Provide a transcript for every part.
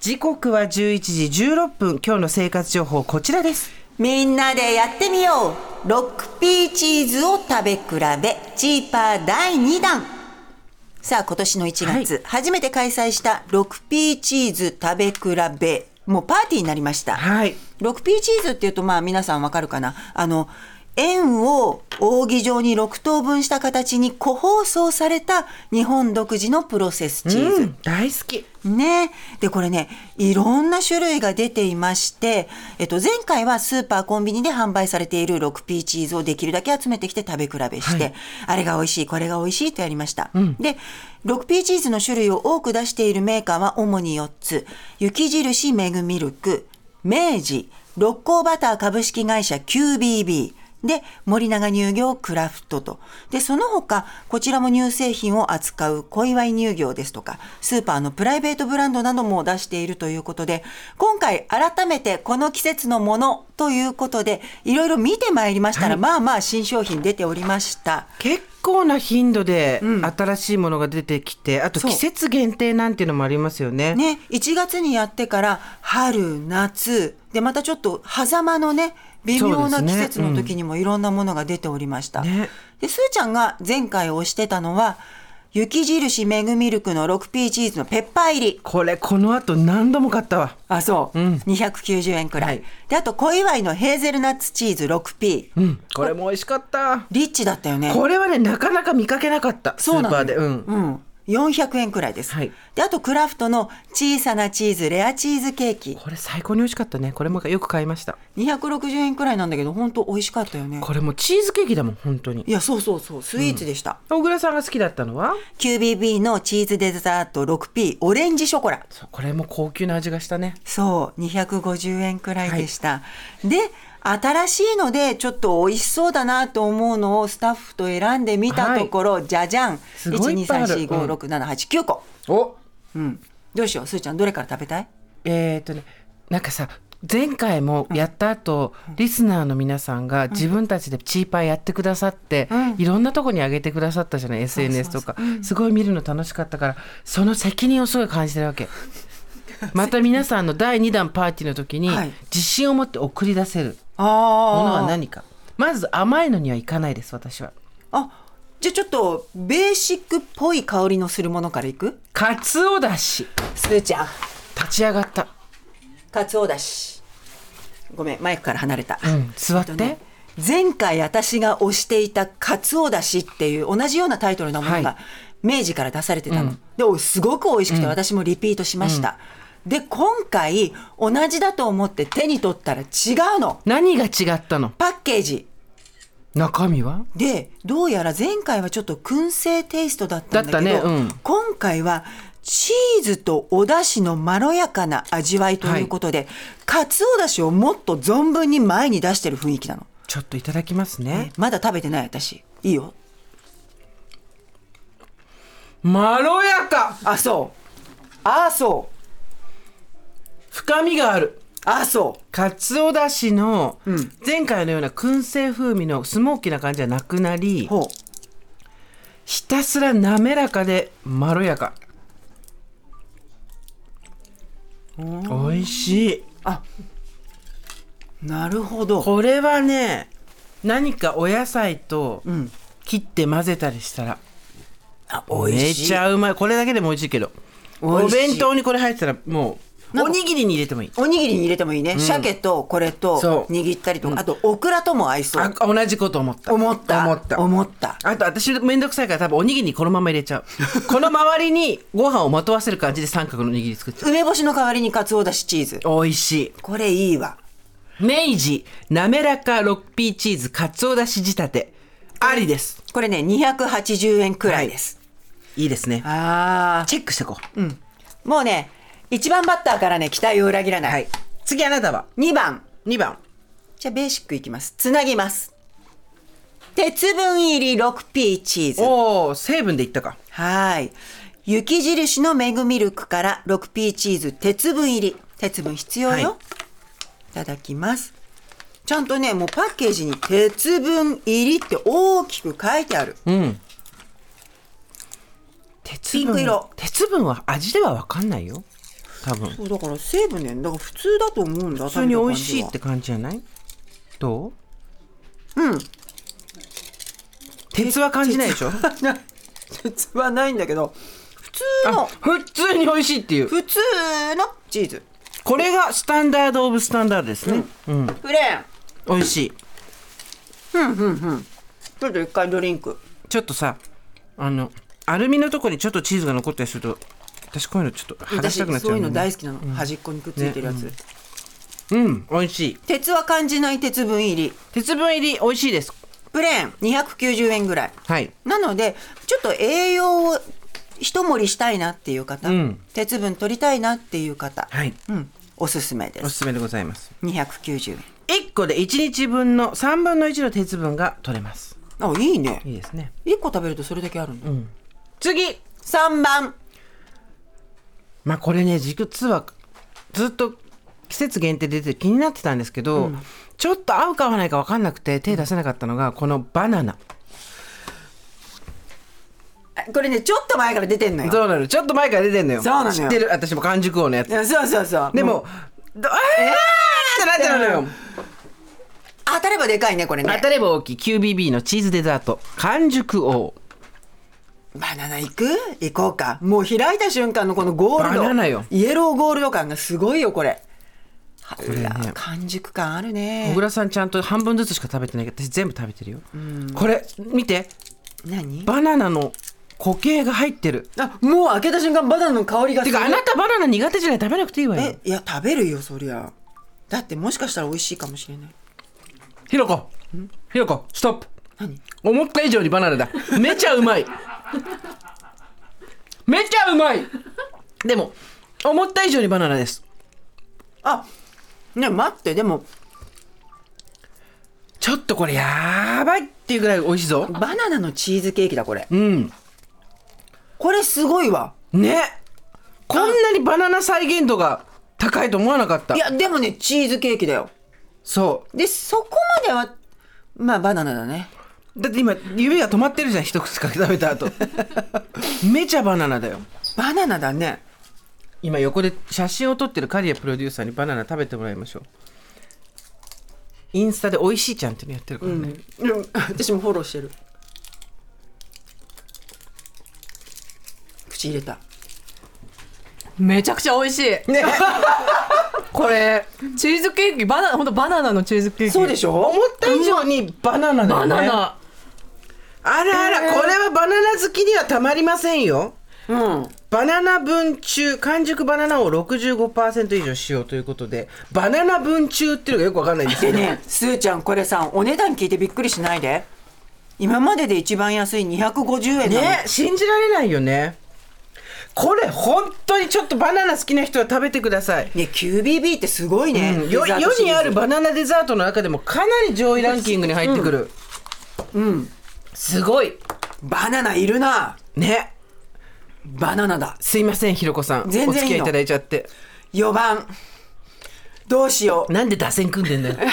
時刻は11時16分今日の生活情報こちらですみんなでやってみようロックピーチーズを食べ比べチーパー第2弾さあ今年の1月、はい初めて開催したロクピーチーズ食べ比べもうパーティーになりました、はいロクピーチーズっていうとまあ皆さんわかるかなあの円を扇状に6等分した形に個包装された日本独自のプロセスチーズ、うん大好きね、でこれねいろんな種類が出ていまして、えっと、前回はスーパーコンビニで販売されている 6P チーズをできるだけ集めてきて食べ比べして、はいあれが美味しいこれが美味しいとやりました、で 6P チーズの種類を多く出しているメーカーは主に4つ雪印メグミルク明治六甲バター株式会社 QBB で森永乳業クラフトとでその他こちらも乳製品を扱う小祝乳業ですとかスーパーのプライベートブランドなども出しているということで今回改めてこの季節のものということでいろいろ見てまいりましたら、はいまあまあ新商品出ておりました。結構な頻度でうん新しいものが出てきて、あとそう季節限定なんていうのもありますよねね、1月にやってから春夏でまたちょっと狭間のね微妙なそうで季すね節の時にもいろんなものが出ておりました。ねでスーちゃんが前回推してたのは雪印メグミルクの 6P チーズのペッパー入りこれこの後何度も買ったわあそう、うん290円くらい、はいであと小祝のヘーゼルナッツチーズ 6P、うんこれも美味しかったリッチだったよねこれはねなかなか見かけなかったスそうーなパのーよでうんうん、400円くらいです、はいであとクラフトの小さなチーズレアチーズケーキこれ最高に美味しかったねこれもよく買いました260円くらいなんだけど本当美味しかったよねこれもチーズケーキだもん本当にいやそうそうそうスイーツでした、小倉さんが好きだったのは QBB のチーズデザート 6P オレンジショコラそうこれも高級な味がしたねそう250円くらいでした、で新しいのでちょっと美味しそうだなと思うのをスタッフと選んでみたところ、じゃじゃんすごいいっぱいある123456789個、おうん、どうしようすーちゃんどれから食べたいえー、とねなんかさ前回もやった後、リスナーの皆さんが自分たちでチーパーやってくださって、うんいろんなとこに上げてくださったじゃない SNS とかすごい見るの楽しかったからその責任をすごい感じてるわ けまた皆さんの第2弾パーティーの時に、はい自信を持って送り出せるあもあのは何かまず甘いのにはいかないです私はあじゃあちょっとベーシックっぽい香りのするものからいくかつおだしすーちゃん立ち上がった、かつおだしごめんマイクから離れた、うん、座っえて、っとね前回私が推していた「かつおだし」っていう同じようなタイトルのものはいが明治から出されてたの、でおすごく美味しくて私もリピートしました、で今回同じだと思って手に取ったら違うの何が違ったのパッケージ中身はでどうやら前回はちょっと燻製テイストだったんだけどだったねうん今回はチーズとお出汁のまろやかな味わいということで、かつおだしをもっと存分に前に出してる雰囲気なのちょっといただきますねまだ食べてない私いいよまろやかあそうああそう深みがあるああそうかつおだしのん前回のような燻製風味のスモーキーな感じはなくなりほひたすら滑らかでまろやかおいしいうなるほどこれはね何かお野菜とん切って混ぜたりしたらあめちゃうまいこれだけでも美味しいけどお美味しい弁当にこれ入ってたらもうなんおかにぎりに入れてもいいおにぎりに入れてもいいね、鮭とこれとそう握ったりとか、あとオクラとも合いそうあ同じこと思った思った思った思ったあと私めんどくさいから多分おにぎりにこのまま入れちゃ うこの周りにご飯をまとわせる感じで三角のおにぎり作っちゃ梅干しの代わりにかつおだしチーズう美味しいこれいいわ明治なめらか 6P チーズかつおだし仕立てありですこれね280円くらいです、いいですねあチェックしてこう、あもうね1番バッターからね期待を裏切らない、はい次あなたは2番2番じゃあベーシックいきますつなぎます鉄分入り 6P チーズおお成分でいったかはい。雪印のメグミルクから 6P チーズ鉄分入り。鉄分必要よ。はいい、ただきます。ちゃんとね、もうパッケージに鉄分入りって大きく書いてある。うん鉄分ピンク色鉄分は味では分かんないよ多分そうだから成分ねだから普通だと思うんだ普通に美味食べしいたっ感てじ感じじゃないどううん鉄は感じないでしょは鉄はないんだけど普通あの普通に美味しいっていう普通のチーズこれがスタンダードオブスタンダードですねうん、プレーン美味しいちょっと一回ドリンクちょっとさあのアルミのとこにちょっとチーズが残ったりすると私こういうのちょっと剥がし私たくなっちゃそうういんうだよの大ね好きなの、端っこにくっついてるやつ、うん美味しい鉄は感じない鉄分入り鉄分入り美味しいですプレーン290円ぐらいはいなのでちょっと栄養を一盛りしたいなっていう方、うん鉄分取りたいなっていう方、はいうん、おすすめでおすすすめでございます290円1個で1日分の3分の1の鉄分が取れますあいいねいいですね1個食べるとそれだけあるの、次三3番まあこれね実はずっと季節限定で出て気になってたんですけど、ちょっと合うか合わないか分かんなくて手出せなかったのがこのバナナあこれねちょっと前から出てんのよそうなのちょっと前から出てんのよそうなのよ知ってる私も完熟王のやついやそうそうそうでも、どあーってなってるのよ当たればでかいねこれ当ねたれば大きい QBB のチーズデザート完熟王バナナ行く行こうかもう開いた瞬間のこのゴールドバナナよイエローゴールド感がすごいよこれこれね完熟感ある小ね倉さんちゃんと半分ずつしか食べてないけど私全部食べてるよこれ見て何バナナの固形が入ってるあもう開けた瞬間バナナの香りがてかあなたバナナ苦手じゃない食べなくていいわよえいや食べるよそりゃだってもしかしたら美味しいかもしれないひろこひろこストップ何思った以上にバナナだめちゃうまいめちゃうまいでも思った以上にバナナですあね待ってでもちょっとこれやばいっていうぐらい美味しいぞバナナのチーズケーキだこれうんこれすごいわねこんなにバナナ再現度が高いと思わなかったいやでもねチーズケーキだよそでそこまではまあバナナだねうだって今指が止まってるじゃん一口かけ食べた 後めちゃバナナだよバナナだね今横で写真を撮ってる刈谷プロデューサーにバナナ食べてもらいましょうインスタで「おいしいちゃん」っていうのやってるからね、うん、私もフォローしてる口入れためちゃくちゃ美味しい。 ねこれチーズケーキ、バナナ、本当バナナのチーズケーキ。そうでしょ思った以上にバナナだよバねナナ。あらあら、これはバナナ好きにはたまりませんようんバナナ分中完熟バナナを65%以上使用ということでバナナ分中っていうのがよくわかんないんですけでど ねすーちゃんこれさお値段聞いてびっくりしないで今までで一番安い250円なのね信じられないよねこれ本当にちょっとバナナ好きな人は食べてください、ね QBB ってすごいね、うんよデザー世トシリーズにあるバナナデザートの中でもかなり上位ランキングに入ってくるうん、すごいバナナいるなねバナナだすいませんひろこさん全然いいのお付き合いいただいちゃって4番どうしよなんで打線組んでんだ よ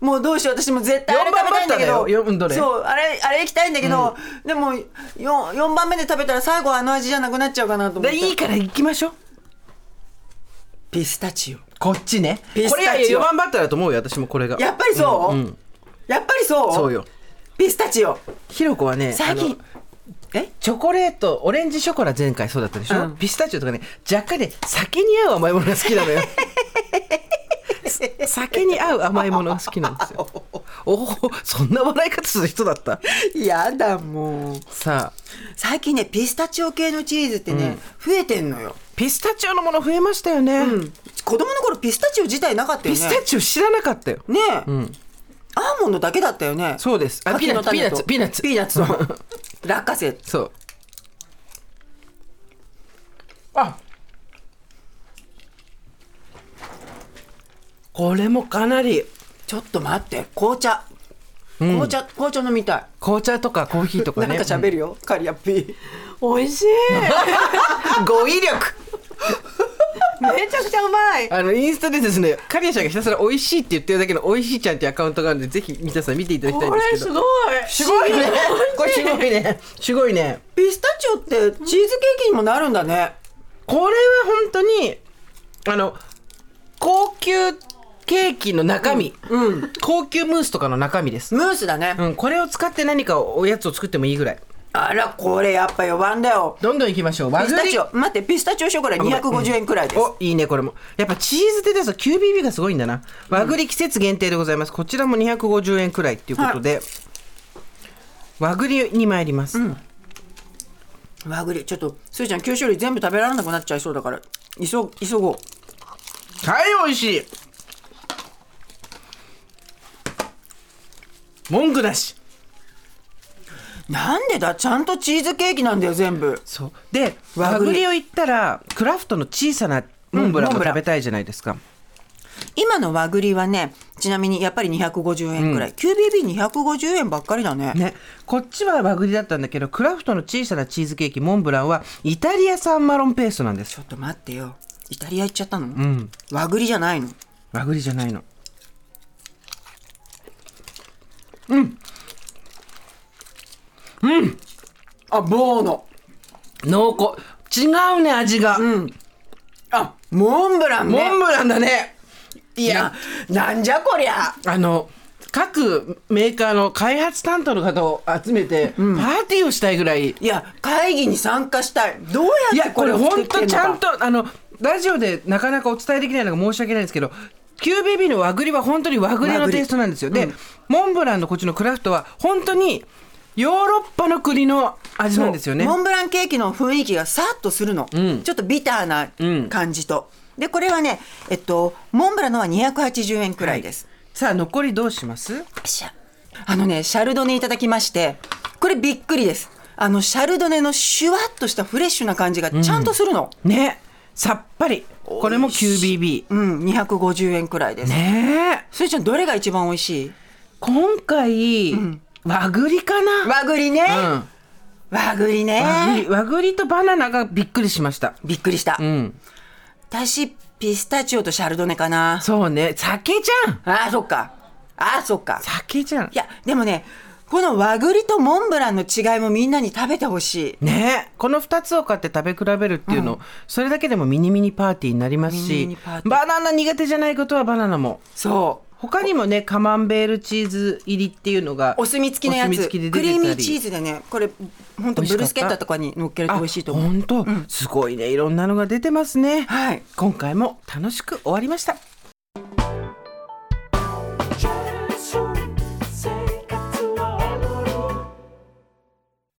うもうどうしよう私も絶対あ四れ番食べたいんだけバッターどだよ四どれそうあれあれ行きたいんだけど、でも 4, 四番目で食べたら最後あの味じゃなくなっちゃうかなと思っでていいから行きましょうピスタチオこっちねピスタチオこれ4番バッターだと思うよ私もこれがやっぱりそう、うんうんやっぱりそうそうよピスタチオひろこはね最あの近えチョコレートオレンジショコラ前回そうだったでしょ、うんピスタチオとかね若干ね酒に合う甘いものが好き なのよ酒に合う甘いものが好きなんです よおおそんな笑い方する人だったやだもうさあ最近ねピスタチオ系のチーズってね、増えてんのよピスタチオのもの増えましたよね、子供の頃ピスタチオ自体なかったよピねスタチオ知らなかったよねえ、アーモンドだけだったよねそうですあ柿のピーナ種ッツとピーナッツピーナッツと落花 生そうあこれもかなりちょっと待って紅茶、紅茶紅茶飲みたい紅茶とかコーヒーとかなねんか喋るよ、カリアピー美味し い。語彙力めちゃくちゃう まい。あのインスタでですねカリアちゃんがひたすら美味しいって言ってるだけのおいしいちゃんっていうアカウントがあるんでぜひ皆さん見ていただきたいんこでれすすけどごい。すごいね これすごいねすごいねピスタチオってチーズケーキにもなるんだねこれは本当にあの高級ケーキの中身、高級ムースとかの中身です、ムースだね、うん、これを使って何かおやつを作ってもいいぐらいあらこれやっぱ4番だよどんどんいきましょう和ピスタチオ待ってピスタチオショコラ250円くらいです、おいいねこれもやっぱチーズってさ QBB がすごいんだな和栗季節限定でございますこちらも250円くらいっていうことで、和栗に参ります、和栗ちょっとすーちゃん9種類全部食べられなくなっちゃいそうだから急急ごうはい美味しい文句なしなんでだちゃんとチーズケーキなんだよ全部そうで和和栗栗を言ったらクラフトの小さなモンブランも食べたいじゃないですか、今の和栗はねちなみにやっぱり250円くらい、QBB250 円ばっかりだねね、こっちは和栗だったんだけどクラフトの小さなチーズケーキモンブランはイタリア産マロンペーストなんですちょっと待ってよイタリア行っちゃったの、和栗じゃないの和栗じゃないのあボーノ濃厚違うね味が、あモンブランねモンブランだねいいややなんじゃこりゃあの各メーカーの開発担当の方を集めてパーティーをしたいぐらい、いや会議に参加したいどういやってやここれれを作本ってん当のちゃかんとあのラジオでなかなかお伝えできないのが申し訳ないんですけど QBB の和栗は本当に和栗和の栗テイストなんですよ、でモンブランのこっちのクラフトは本当にヨーロッパの国の味なんですよねモンブランケーキの雰囲気がさっとするの、ちょっとビターな感じと、でこれはねえっとモンブランのは280円くらいです、さあ残りどうしますシャあのねシャルドネいただきましてこれびっくりですあのシャルドネのシュワッとしたフレッシュな感じがちゃんとするのねさっぱりこれも QBB うん、250円くらいです、ねえすーちゃんどれが一番美味しい今回、和栗かな、和栗ね、うん和栗和ね栗和栗とバナナがびっくりしましたびっくりした、うん私ピスタチオとシャルドネかなそうね酒じゃんあーそっかあーそっか酒じゃんいやでもねこの和栗とモンブランの違いもみんなに食べてほしいねこの2つを買って食べ比べるっていうの、それだけでもミニミニパーティーになりますミニしミニパーティーバナナ苦手じゃないことはバナナもそう他にもねカマンベールチーズ入りっていうのがお墨付きのやおつ墨付きでク出てたリりーミーチーズでねこれほんと美味しブかったルスケッタとかに乗っけると美味しいと思う本当、ほんとすごいねいろんなのが出てますねはい今回も楽しく終わりました